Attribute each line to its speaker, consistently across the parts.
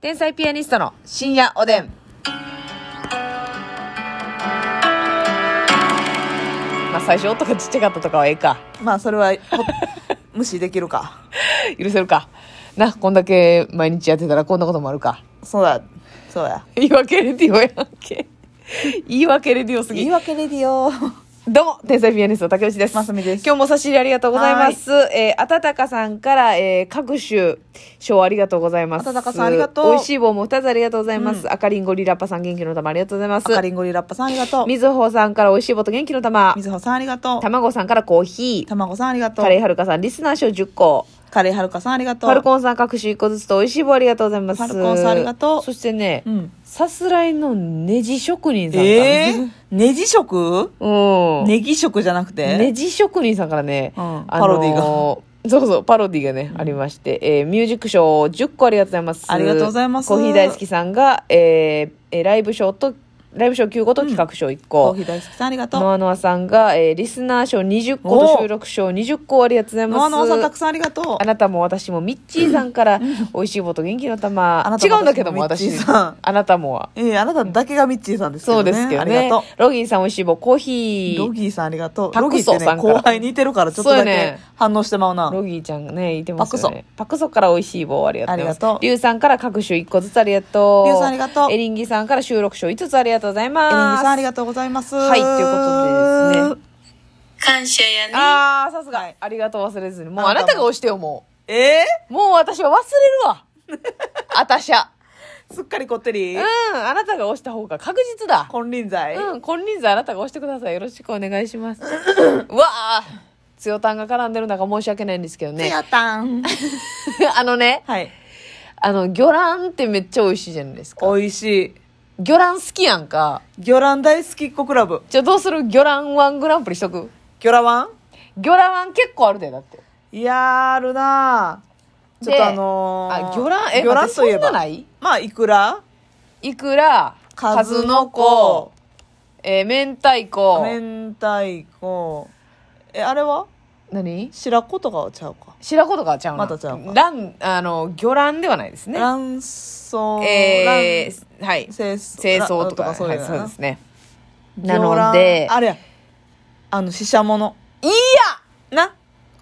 Speaker 1: 天才ピアニストの深夜おでん。まあ最初音がちっちゃかったとかはええか。
Speaker 2: まあそれは ほ無視できるか
Speaker 1: 許せるか。な、こんだけ毎日やってたらこんなこともあるか。
Speaker 2: そうだそうや
Speaker 1: 言い訳レディオやんけ。言い訳レディオす
Speaker 2: 言い
Speaker 1: ぎ。
Speaker 2: 訳レデ ィオ
Speaker 1: どうも、天才ピアニスト竹内です。
Speaker 2: ますみです
Speaker 1: 今日も差し入れありがとうございます。えー、あたたかさんから、えー、各種賞ありがとうございます。
Speaker 2: あたたかさんありがとう
Speaker 1: 美味しい棒も2つありがとうございます。赤リンゴリラッパさん元気の玉ありがとうございます。
Speaker 2: 赤リンゴリラッパさんありがとう
Speaker 1: みずほさんから美味しい棒と元気の玉
Speaker 2: み。ずほさんありがとう
Speaker 1: たまごさんからコーヒー。
Speaker 2: たまごさんありがとう
Speaker 1: カレーはるかさん、リスナー賞10個。
Speaker 2: カレーはるかさんありがと
Speaker 1: フ
Speaker 2: う
Speaker 1: ァルコンさん各種1個ずつと美味しい棒ありがとうございます。
Speaker 2: ファルコンさんありがとう
Speaker 1: そしてね
Speaker 2: うん、
Speaker 1: さすらいのネジ職人さんから
Speaker 2: え
Speaker 1: ね。
Speaker 2: ー、 ネジ食
Speaker 1: うん。
Speaker 2: ネギ食じゃなくて、
Speaker 1: ネジ職人さんからね、
Speaker 2: うん
Speaker 1: あの
Speaker 2: パロディが
Speaker 1: そうそう、パロディがね、ありまして、えーミュージックショー10個ありがとうございます。
Speaker 2: ありがとうございます
Speaker 1: コーヒー大好きさんが、えーえーライブ賞と、ライブ賞9個と企画賞1
Speaker 2: コー
Speaker 1: 個
Speaker 2: ヒ。ー大好きさんありがとう
Speaker 1: ノアノアさんが、えーリスナー賞20個と収録賞20個ありがとうございます。
Speaker 2: ノアノアさんたくさんありがとう
Speaker 1: あなたも私もミッチーさんから、美味しい棒と元気の玉
Speaker 2: あ。な
Speaker 1: 違
Speaker 2: たも
Speaker 1: うんだけども、
Speaker 2: 私も
Speaker 1: 私。
Speaker 2: ミッチーさん
Speaker 1: あなたもは。
Speaker 2: ええあなただけがミッチーさんです
Speaker 1: そ
Speaker 2: けど
Speaker 1: う
Speaker 2: ね。
Speaker 1: ですけど
Speaker 2: あ
Speaker 1: ね
Speaker 2: りがと。
Speaker 1: ロギンさん美味しい棒、コーヒ
Speaker 2: う。
Speaker 1: ー。
Speaker 2: ロギーさんありがとう。
Speaker 1: パ
Speaker 2: ロ
Speaker 1: ク
Speaker 2: ギーっ
Speaker 1: ソ
Speaker 2: て
Speaker 1: さ
Speaker 2: ね、
Speaker 1: んから
Speaker 2: 後輩似てるからちょっと
Speaker 1: そ
Speaker 2: だ
Speaker 1: うや
Speaker 2: け
Speaker 1: ね
Speaker 2: 反応してまうな。
Speaker 1: ロギーちゃんね、いてますよね。
Speaker 2: パク
Speaker 1: パクソから美味しい棒ありがとうございます。
Speaker 2: ありがとう
Speaker 1: リュウさんから各種1個ずつありがとう。
Speaker 2: リュウさんありがとう
Speaker 1: エリンギさんから収録賞5つありがとうございま
Speaker 2: エ
Speaker 1: す。
Speaker 2: リンギさんあり
Speaker 1: が
Speaker 2: がとうございます。
Speaker 1: はいということでです
Speaker 2: ね。
Speaker 3: 感謝やね。
Speaker 1: あー、さすが、
Speaker 2: はい
Speaker 1: ありがとう忘れずに。もう
Speaker 2: あ
Speaker 1: あ
Speaker 2: なたも
Speaker 1: なたが押してよ、も
Speaker 2: え
Speaker 1: う。もう私は忘れるわ。 あたしゃ。
Speaker 2: ー、すっかりこってり
Speaker 1: うん、あなたが押した方が確実だ。
Speaker 2: 金輪際、
Speaker 1: うん、金輪際あなたが押してください。よろしくお願いします。 うわー、強タンが絡んでる中申し訳ないんですけど
Speaker 2: つ
Speaker 1: ね。
Speaker 2: やたん。
Speaker 1: あのね、
Speaker 2: はい。
Speaker 1: あの、魚卵ってめっちゃ美味しいじゃないですか。
Speaker 2: 美味しい。
Speaker 1: 魚卵好きやんか。
Speaker 2: 魚卵大好きっ子クラブ。
Speaker 1: じゃあどうする魚卵ワングランプリしとく
Speaker 2: 魚卵ワ
Speaker 1: 魚卵ワン結構あるで、だって。
Speaker 2: ンいやー、あるなーち
Speaker 1: で
Speaker 2: ょっとあのー、
Speaker 1: あ、魚卵、え、
Speaker 2: 魚
Speaker 1: 魚
Speaker 2: 卵
Speaker 1: 卵
Speaker 2: と
Speaker 1: と
Speaker 2: い
Speaker 1: い
Speaker 2: え
Speaker 1: えば。そんな
Speaker 2: ば。
Speaker 1: ない
Speaker 2: まあ、いくら、
Speaker 1: いくら、数の子、、えー明太子、
Speaker 2: 明太子。え、あれは
Speaker 1: 何
Speaker 2: 白子とかはちゃうか。
Speaker 1: 白子とかちゃうな
Speaker 2: またちゃうか
Speaker 1: 卵、あの、魚卵ではないですね。
Speaker 2: 卵巣、
Speaker 1: えー、はい。
Speaker 2: 卵
Speaker 1: 清掃とか、
Speaker 2: そう
Speaker 1: は
Speaker 2: いう
Speaker 1: い
Speaker 2: のや
Speaker 1: そう
Speaker 2: な
Speaker 1: ですね。な
Speaker 2: 魚
Speaker 1: の
Speaker 2: 卵
Speaker 1: で、
Speaker 2: あれや。あの、ししゃもの。
Speaker 1: いいや
Speaker 2: な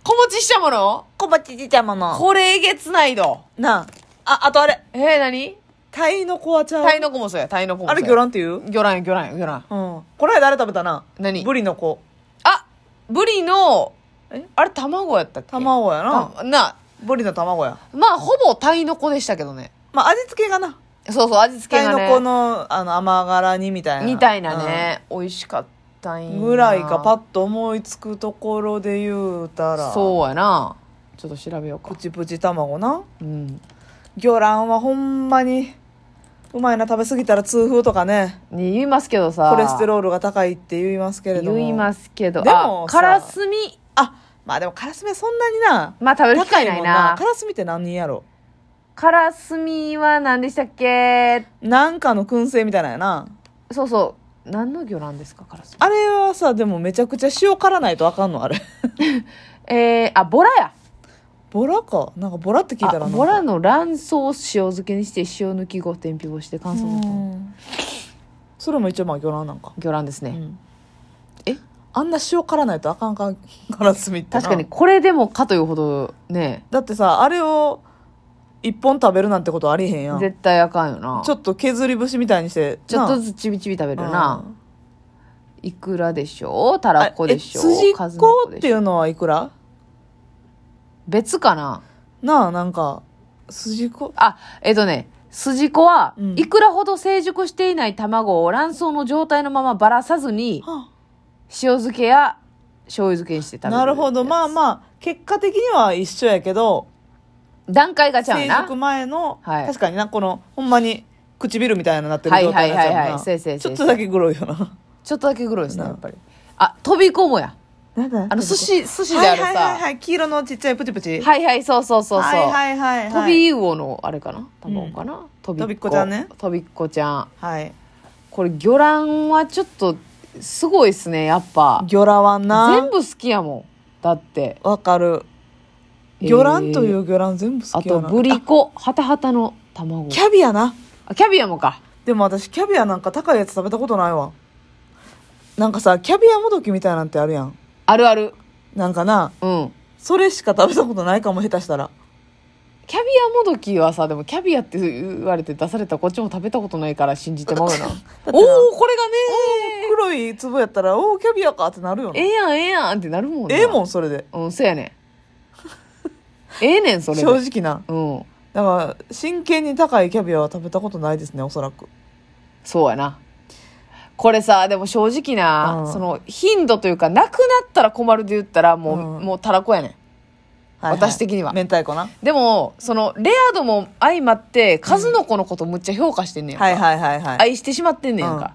Speaker 1: 小持ちしたもの
Speaker 2: 小鉢ちっちゃもの。
Speaker 1: これえげつないど。
Speaker 2: なあ。あ、あとあれ。
Speaker 1: えー、何
Speaker 2: タイの子はちゃう。
Speaker 1: タイの子もそうや、タイの子もそ
Speaker 2: あ
Speaker 1: うや。
Speaker 2: れ魚卵っていううん。
Speaker 1: 魚卵、魚卵、魚卵。
Speaker 2: この間あれ食べたな。
Speaker 1: 何
Speaker 2: ブリの子。
Speaker 1: あブリの
Speaker 2: え
Speaker 1: あれ卵やったっけ
Speaker 2: 卵やな。
Speaker 1: たな
Speaker 2: ブリの卵や。
Speaker 1: まあほぼタイの子でしたけどね
Speaker 2: まあ、味付けがな。
Speaker 1: そうそう味付け
Speaker 2: タイ
Speaker 1: がね
Speaker 2: の子の、あの、甘辛煮みたいな。
Speaker 1: みたいなね、美味しかったん
Speaker 2: う
Speaker 1: や
Speaker 2: ん。ぐらいかパッと思いつくところで言うたら。
Speaker 1: そうやなちょっと調べよう
Speaker 2: プ
Speaker 1: か
Speaker 2: チプチ卵な。
Speaker 1: うん
Speaker 2: 魚卵はほんまに、うまいな。食べ過ぎたら痛風とかね。
Speaker 1: ね言いますけどさ
Speaker 2: コレステ
Speaker 1: ー
Speaker 2: ロールが高いって言いますけれども
Speaker 1: 言いますすけど
Speaker 2: でも
Speaker 1: あ
Speaker 2: さ
Speaker 1: カラスミ
Speaker 2: あまあでもカラスミはそんなにな
Speaker 1: まあ食べる機
Speaker 2: 高
Speaker 1: 会
Speaker 2: い
Speaker 1: な
Speaker 2: も
Speaker 1: い
Speaker 2: ん
Speaker 1: な
Speaker 2: なカラスミって何やろ
Speaker 1: カラスミは何でしたっけ
Speaker 2: なんかの燻製みたいなんやな
Speaker 1: そうそう何の魚卵ですかカラス
Speaker 2: あれはさでもめちゃくちゃ塩辛ないとあかんのあれ
Speaker 1: ミえー、あボラや
Speaker 2: ボラかなんかボラって聞いたらな
Speaker 1: あ
Speaker 2: んか
Speaker 1: ボラの卵巣を塩漬けにして塩抜き後天日干しで乾燥の
Speaker 2: うんそれも一応まあ魚卵なんか、
Speaker 1: 魚卵ですね、
Speaker 2: うん
Speaker 1: え
Speaker 2: あんな塩辛ないとあかんかカラスミってな
Speaker 1: 確かにこれでもかというほどね
Speaker 2: だってさあれを一本食べるなんてことありへんやん
Speaker 1: 絶対あかんよな
Speaker 2: ちょっと削り節みたいにして
Speaker 1: ちょっと
Speaker 2: ず
Speaker 1: ずつちびちび食べるよな、いくらでしょうたらこでしょう
Speaker 2: あえ筋
Speaker 1: 数の
Speaker 2: 子
Speaker 1: 子でしょ
Speaker 2: っていうのはいくら
Speaker 1: 別かな
Speaker 2: なあなんか筋子
Speaker 1: あえっとね筋子は、
Speaker 2: うん
Speaker 1: いくらほど成熟していない卵を卵巣の状態のままばらさずに
Speaker 2: は
Speaker 1: 塩漬けや醤油漬けにして食べ
Speaker 2: あ
Speaker 1: る
Speaker 2: なるほどまあ
Speaker 1: あ
Speaker 2: まあ結果的には一緒やけど
Speaker 1: 段階がちゃう
Speaker 2: 成
Speaker 1: よな
Speaker 2: 熟前の、
Speaker 1: はい
Speaker 2: 確かになこのほんまに唇みたいななってる状態のやつやもんな、
Speaker 1: はいはいはいはいせいせい
Speaker 2: ち
Speaker 1: せい
Speaker 2: ょ
Speaker 1: せ
Speaker 2: っ
Speaker 1: い
Speaker 2: とだけグロいよな
Speaker 1: ちょっとだけ黒いですね
Speaker 2: な
Speaker 1: やっぱりあ飛び込もやあ
Speaker 2: あ
Speaker 1: の寿司寿司であるさ、
Speaker 2: はいはいはい、はい、黄色のちっちゃいプチプチ
Speaker 1: はいはい、そうそうそうそう。
Speaker 2: はいはいはい
Speaker 1: 飛
Speaker 2: はい
Speaker 1: び魚の、あれかな卵かな、飛
Speaker 2: 飛びっこちゃんね
Speaker 1: 飛びっこちゃん。
Speaker 2: はい
Speaker 1: これ、魚卵はちょっと、すごいっすね、やっぱ。
Speaker 2: 魚卵はな
Speaker 1: 全部好きやもん。だって。
Speaker 2: わかる
Speaker 1: えー
Speaker 2: 魚卵という魚卵全部好
Speaker 1: あ
Speaker 2: きや
Speaker 1: と、
Speaker 2: な、
Speaker 1: ブリコ、ハタハタの。卵
Speaker 2: キャビアな
Speaker 1: あキャビアもか
Speaker 2: でも私キャビアなんか高いやつ食べたことないわなんかさキャビアもどきみたいなんてあるやん
Speaker 1: あるある
Speaker 2: なんかな
Speaker 1: うん
Speaker 2: それしか食べたことないかも下手したら
Speaker 1: キャビアもどきはさでもキャビアって言われて出されたらこっちも食べたことないから信じてまう よなおおーこれがね
Speaker 2: 黒い粒やったらおおキャビアかってなるよな
Speaker 1: ええやんええやんってなるもんな
Speaker 2: ええもんそれで
Speaker 1: うんそうやねんええねんそれで
Speaker 2: 正直な
Speaker 1: うん
Speaker 2: だから真剣に高いキャビアは食べたことないですねおそらく
Speaker 1: そうやなこれさでも正直な、
Speaker 2: うん
Speaker 1: その頻度というかなくなったら困るで言ったらもう、
Speaker 2: うん
Speaker 1: もうたらこやねん
Speaker 2: はいはい
Speaker 1: 私的には
Speaker 2: 明太子な
Speaker 1: でもそのレア度も相まって数の子のことむっちゃ評価してんねんやんか、
Speaker 2: はいはいはいはい
Speaker 1: 愛してしまってんねんやんか、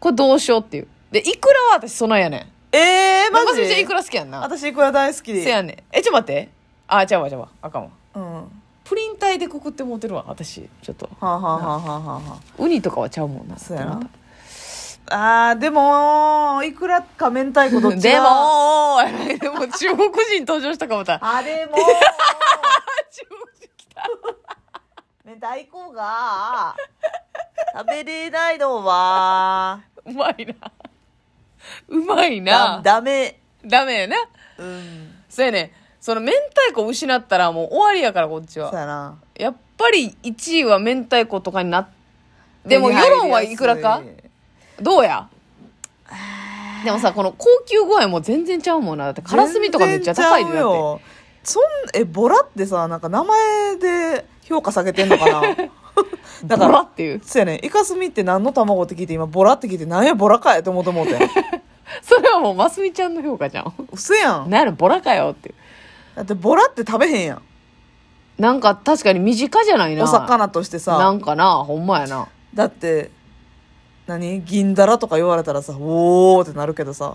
Speaker 1: これどうしようっていうでいくらは私そのやねん
Speaker 2: ええマ
Speaker 1: 中
Speaker 2: ジ
Speaker 1: 澄ちゃん
Speaker 2: で
Speaker 1: いくら好きやんな
Speaker 2: 私いくら大好き
Speaker 1: せやねんえちょっと待ってあちゃうわちゃうわあかんわ
Speaker 2: うんは
Speaker 1: プリン体でくくって持ってるわ私ちょっと
Speaker 2: あ、はあはあはあはあは
Speaker 1: ウニとかはちゃうもんな
Speaker 2: そうやな
Speaker 1: また
Speaker 2: ああーでもいくらか明太子どっち
Speaker 1: で
Speaker 2: が
Speaker 1: もやばいでも 中国人登場したかもた 中
Speaker 2: あでも
Speaker 1: 国人来た
Speaker 2: 明太子が食べれないのは
Speaker 1: うまいなうまい
Speaker 2: だ
Speaker 1: な
Speaker 2: ダメ
Speaker 1: ダメやな
Speaker 2: うん
Speaker 1: そうやねんその明太子失ったらもう終わりやからこっち
Speaker 2: そう
Speaker 1: は
Speaker 2: やな
Speaker 1: やっぱり1位は明太子とかになっでも世論はいくらかどうやでもさこの高級具合も全然ちゃうもんなだってからすみとかめっちゃ高いで
Speaker 2: で
Speaker 1: だって
Speaker 2: そんえボラってさなんか名前で評価下げてんのか なだ
Speaker 1: ボ
Speaker 2: か
Speaker 1: ラ
Speaker 2: ら
Speaker 1: っていう
Speaker 2: そうやねイカスミって何の卵って聞いて今ボラって聞いて何やボラかやと思うと思うて
Speaker 1: それはもうますみちゃんの評価じゃん
Speaker 2: 嘘やん
Speaker 1: 何やろボラかよっていう
Speaker 2: だってボラって食べへんやん
Speaker 1: なんか確かに身近じゃないな
Speaker 2: お魚としてさ
Speaker 1: なんかなほんまやな
Speaker 2: だって何銀だらとか言われたらさおーってなるけどさ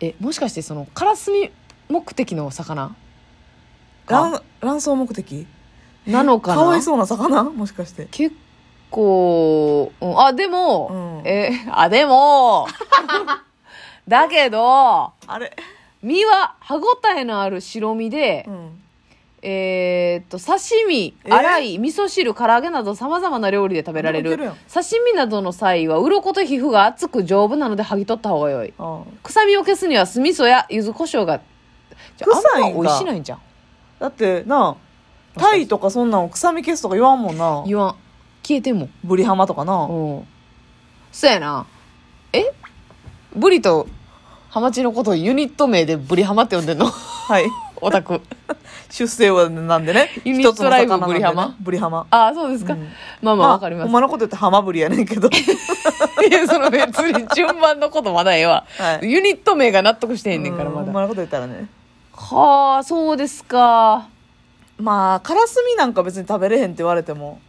Speaker 1: えもしかしてそのからすみ目的の魚か
Speaker 2: 卵卵巣目的
Speaker 1: なのかな
Speaker 2: かわいそうな魚もしかして
Speaker 1: 結構、うんあでも、
Speaker 2: うん
Speaker 1: えあでもだけど
Speaker 2: あれ
Speaker 1: 身は歯ごたえのある白身で、
Speaker 2: うん
Speaker 1: えーっと刺身
Speaker 2: えー
Speaker 1: 洗い味噌汁唐揚げなどさまざまな料理で食べられる
Speaker 2: でもいける
Speaker 1: 刺身などの際は鱗と皮膚が厚く丈夫なので剥ぎ取った方が良い
Speaker 2: ああ
Speaker 1: 臭みを消すには酢味噌や柚子胡椒がじゃあ
Speaker 2: 臭いんか
Speaker 1: あんま美味しないんじゃん
Speaker 2: だってなあタイとかそんなんを臭み消すとか言わんもんな
Speaker 1: 言わん消えてんもん
Speaker 2: ブリハマとかな
Speaker 1: うんそやなえブリとハマチのことをユニット名でブリハマって呼んでんの
Speaker 2: はい
Speaker 1: オタク
Speaker 2: 出世はなんでね
Speaker 1: ユニットライブ
Speaker 2: 一つの魚なん
Speaker 1: ブ
Speaker 2: でね
Speaker 1: リハマ
Speaker 2: ブリハマ
Speaker 1: ああそうですか、
Speaker 2: うん
Speaker 1: まあまあわかります
Speaker 2: ほんまのこと言ってハマブリやねんけど
Speaker 1: いやその別に順番のことまだええわ、
Speaker 2: はい
Speaker 1: ユニット名が納得してへんねんから
Speaker 2: う
Speaker 1: ま
Speaker 2: ほ
Speaker 1: だ
Speaker 2: んまのこと言ったらね
Speaker 1: はあそうですか
Speaker 2: まあカラスミなんか別に食べれへんって言われても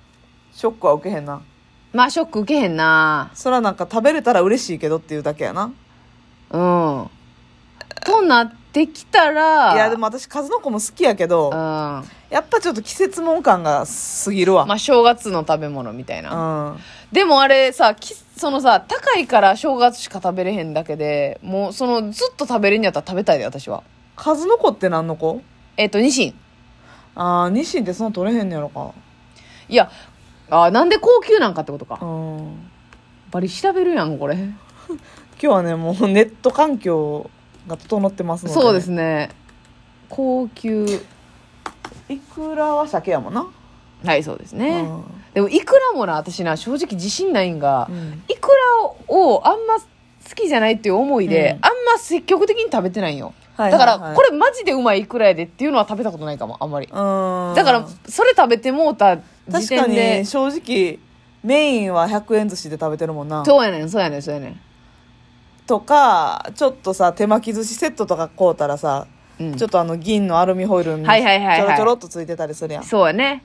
Speaker 2: ショックは受けへんな
Speaker 1: まあショック受けへんな
Speaker 2: そらなんか食べれたら嬉しいけどっていうだけやな
Speaker 1: うんとなってきたら
Speaker 2: いやでも私数の子も好きやけ
Speaker 1: う
Speaker 2: ど
Speaker 1: んま
Speaker 2: やっぱちょっと季節もん感が過ぎるわ、
Speaker 1: あ正月の食べ物みたいな、
Speaker 2: うん
Speaker 1: でもあれさきそのさ高いから正月しか食べれへんだけでもうそのずっと食べれんやったら食べたいで私は
Speaker 2: 数の子って何の子
Speaker 1: えっ、とニシン
Speaker 2: ああニシンってそんな取れへんのやろか
Speaker 1: いやあーなんで高級なんかってことか
Speaker 2: うん
Speaker 1: バリ調べるやんこれ、
Speaker 2: 今日はねもうネット環境が整ってますので、
Speaker 1: そうですね高級
Speaker 2: いくらは鮭やもんな、
Speaker 1: はいそうですね、
Speaker 2: うん
Speaker 1: でもいくらもな私な正直自信ないんが、
Speaker 2: うん
Speaker 1: いくらをあんま好きじゃないっていう思いで、
Speaker 2: うん
Speaker 1: あんま積極的に食べてないんよ、
Speaker 2: はい
Speaker 1: だか
Speaker 2: はいは
Speaker 1: ら
Speaker 2: い
Speaker 1: これマジでうまいいくらやでっていうのは食べたことないかもあんまり
Speaker 2: うん
Speaker 1: だからそれ食べてもうた時
Speaker 2: 確か
Speaker 1: 点で
Speaker 2: に正直メインは100円寿司で食べてるもんな
Speaker 1: そうやねんそうやねんそうやねん
Speaker 2: とかちょっとさ手巻き寿司セットとか買うたらさ、
Speaker 1: うん
Speaker 2: ちょっとあの銀のアルミホイルにち
Speaker 1: はいはいはいは
Speaker 2: ょ
Speaker 1: い
Speaker 2: ろちょろっとついてたりするやん、
Speaker 1: そうやね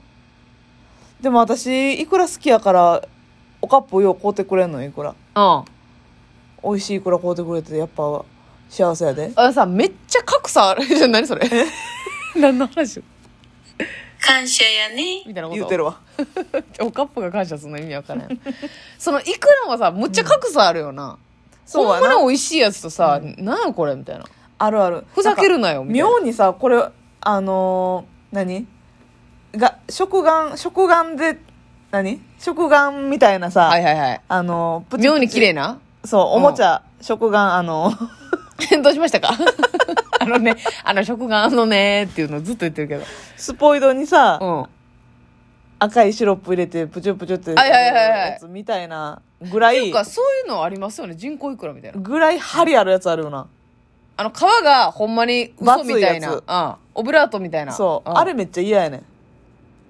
Speaker 2: でも私いくら好きやからおカップよう買うてくれんのいくら
Speaker 1: うんあ
Speaker 2: 美味しいいくら買うてくれてやっぱ幸せやで
Speaker 1: のさめっちゃ格差ある じゃあ何それ 何の話
Speaker 3: 感謝やね。
Speaker 1: みたいなこと
Speaker 2: 言うてるわ
Speaker 1: おカップが感謝するの意味わからんや んそのいくらはさむっちゃ格差あるよな、
Speaker 2: そうや
Speaker 1: ほ
Speaker 2: なん
Speaker 1: まに美味しいやつとさ、なんやこれみたいな
Speaker 2: あるある
Speaker 1: ふざけるなよみたいな
Speaker 2: 妙にさこれあのー何が食玩食玩で何食玩みたいなさ、
Speaker 1: はいはいはい。
Speaker 2: あの、プチプチ
Speaker 1: 妙に綺麗な
Speaker 2: そう、おもちゃ、食玩、あの、
Speaker 1: どうしましたか あのね、あの食玩のねっていうのずっと言ってるけど。
Speaker 2: スポイドにさ、
Speaker 1: うん。
Speaker 2: 赤いシロップ入れて、プチュプチュって、
Speaker 1: はいはいはいはい
Speaker 2: やつみたいなぐら
Speaker 1: ないん、かそういうのありますよね。人工いくらみたいな。
Speaker 2: ぐらい針あるやつあるよな。
Speaker 1: あの皮がほんまに嘘みたいな。
Speaker 2: 分厚い
Speaker 1: うん。オブラートみたいな。
Speaker 2: そう。
Speaker 1: ん
Speaker 2: あれめっちゃ嫌やねん。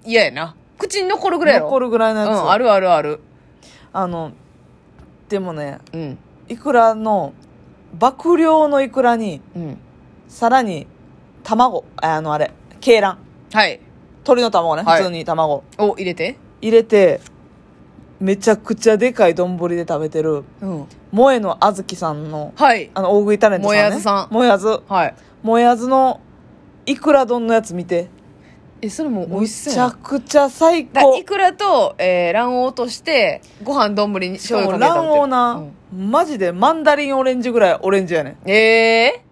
Speaker 1: 嫌やな。口に残るぐらいやろ。
Speaker 2: 残るぐらいのやつ。
Speaker 1: うん、あるあるある。
Speaker 2: あの、でもね、
Speaker 1: うん。
Speaker 2: イクラの、爆量のイクラに、
Speaker 1: うん。
Speaker 2: さらに、卵、あの、あれ、鶏卵。
Speaker 1: はい。
Speaker 2: 鳥の卵ね、
Speaker 1: はい
Speaker 2: 普通に卵。
Speaker 1: を入れて。
Speaker 2: 入れて、めちゃくちゃでかい丼で食べてる、
Speaker 1: うん。
Speaker 2: 萌えのあずきさんの、
Speaker 1: はい。
Speaker 2: あの、大食いタレントさん、ね。
Speaker 1: 萌えあずさん
Speaker 2: 萌えあず。
Speaker 1: はい。
Speaker 2: 萌えあずの、イクラ丼のやつ見て。
Speaker 1: え、それもう美
Speaker 2: め
Speaker 1: 味しそう
Speaker 2: ち
Speaker 1: や
Speaker 2: ゃ
Speaker 1: な。
Speaker 2: くちゃ最
Speaker 1: だ
Speaker 2: 高
Speaker 1: い。くらと、えー、卵黄として、ご飯丼に
Speaker 2: し
Speaker 1: 醤
Speaker 2: か
Speaker 1: 油かけて食べ
Speaker 2: も
Speaker 1: てる
Speaker 2: 卵黄な、マジでマンダリンオレンジぐらいオレンジやねん。
Speaker 1: うんえー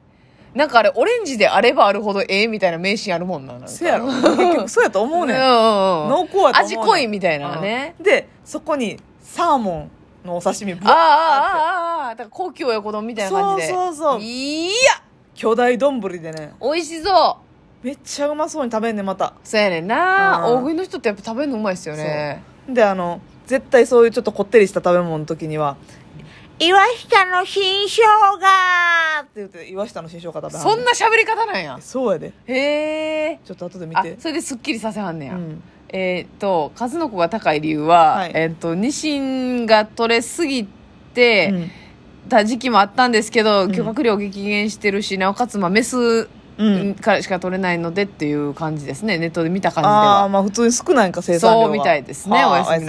Speaker 1: なんかあれ、オレンジであればあるほどええみたいな名シーンあるもんな。なんか
Speaker 2: せやろ。 結局そうやと思うね ん。濃
Speaker 1: 濃
Speaker 2: 厚やと思うねん
Speaker 1: 味濃いみたいなね。
Speaker 2: うんで、そこにサーモンのお刺身ぶ
Speaker 1: ああ
Speaker 2: わ
Speaker 1: ああああだから高級親子丼みたいな感じで。
Speaker 2: そうそうそう
Speaker 1: いや、
Speaker 2: 巨大丼でね、
Speaker 1: 美味しそう。
Speaker 2: めっちゃうまそうに食べんねん、また。
Speaker 1: そうやねんな。
Speaker 2: うん
Speaker 1: 大食いの人ってやっぱ食べるのうまいっすよね。
Speaker 2: で、あの、絶対そういうちょっとこってりした食べ物の時には、岩下の新生姜って言って、岩下の新生姜食べはんね
Speaker 1: そんな喋り方なんや。
Speaker 2: そうやで。
Speaker 1: へえ。
Speaker 2: ちょっと後で見
Speaker 1: あ
Speaker 2: て。
Speaker 1: それですっきりさせはんねや、
Speaker 2: うん
Speaker 1: えーっ、と数の子が高い理由は、
Speaker 2: はい
Speaker 1: えーっ、とニシンが取れすぎて、
Speaker 2: うん
Speaker 1: た時期もあったんですけど
Speaker 2: ん
Speaker 1: 漁獲量激減してるし、なおかつまあメス
Speaker 2: うん
Speaker 1: からしか取れないのでっていう感じですねネットで見た感じで
Speaker 2: ああ、
Speaker 1: は
Speaker 2: まあ普通に少ないんか生産量が
Speaker 1: そうみたいですね
Speaker 2: はあ
Speaker 1: おやすみなさい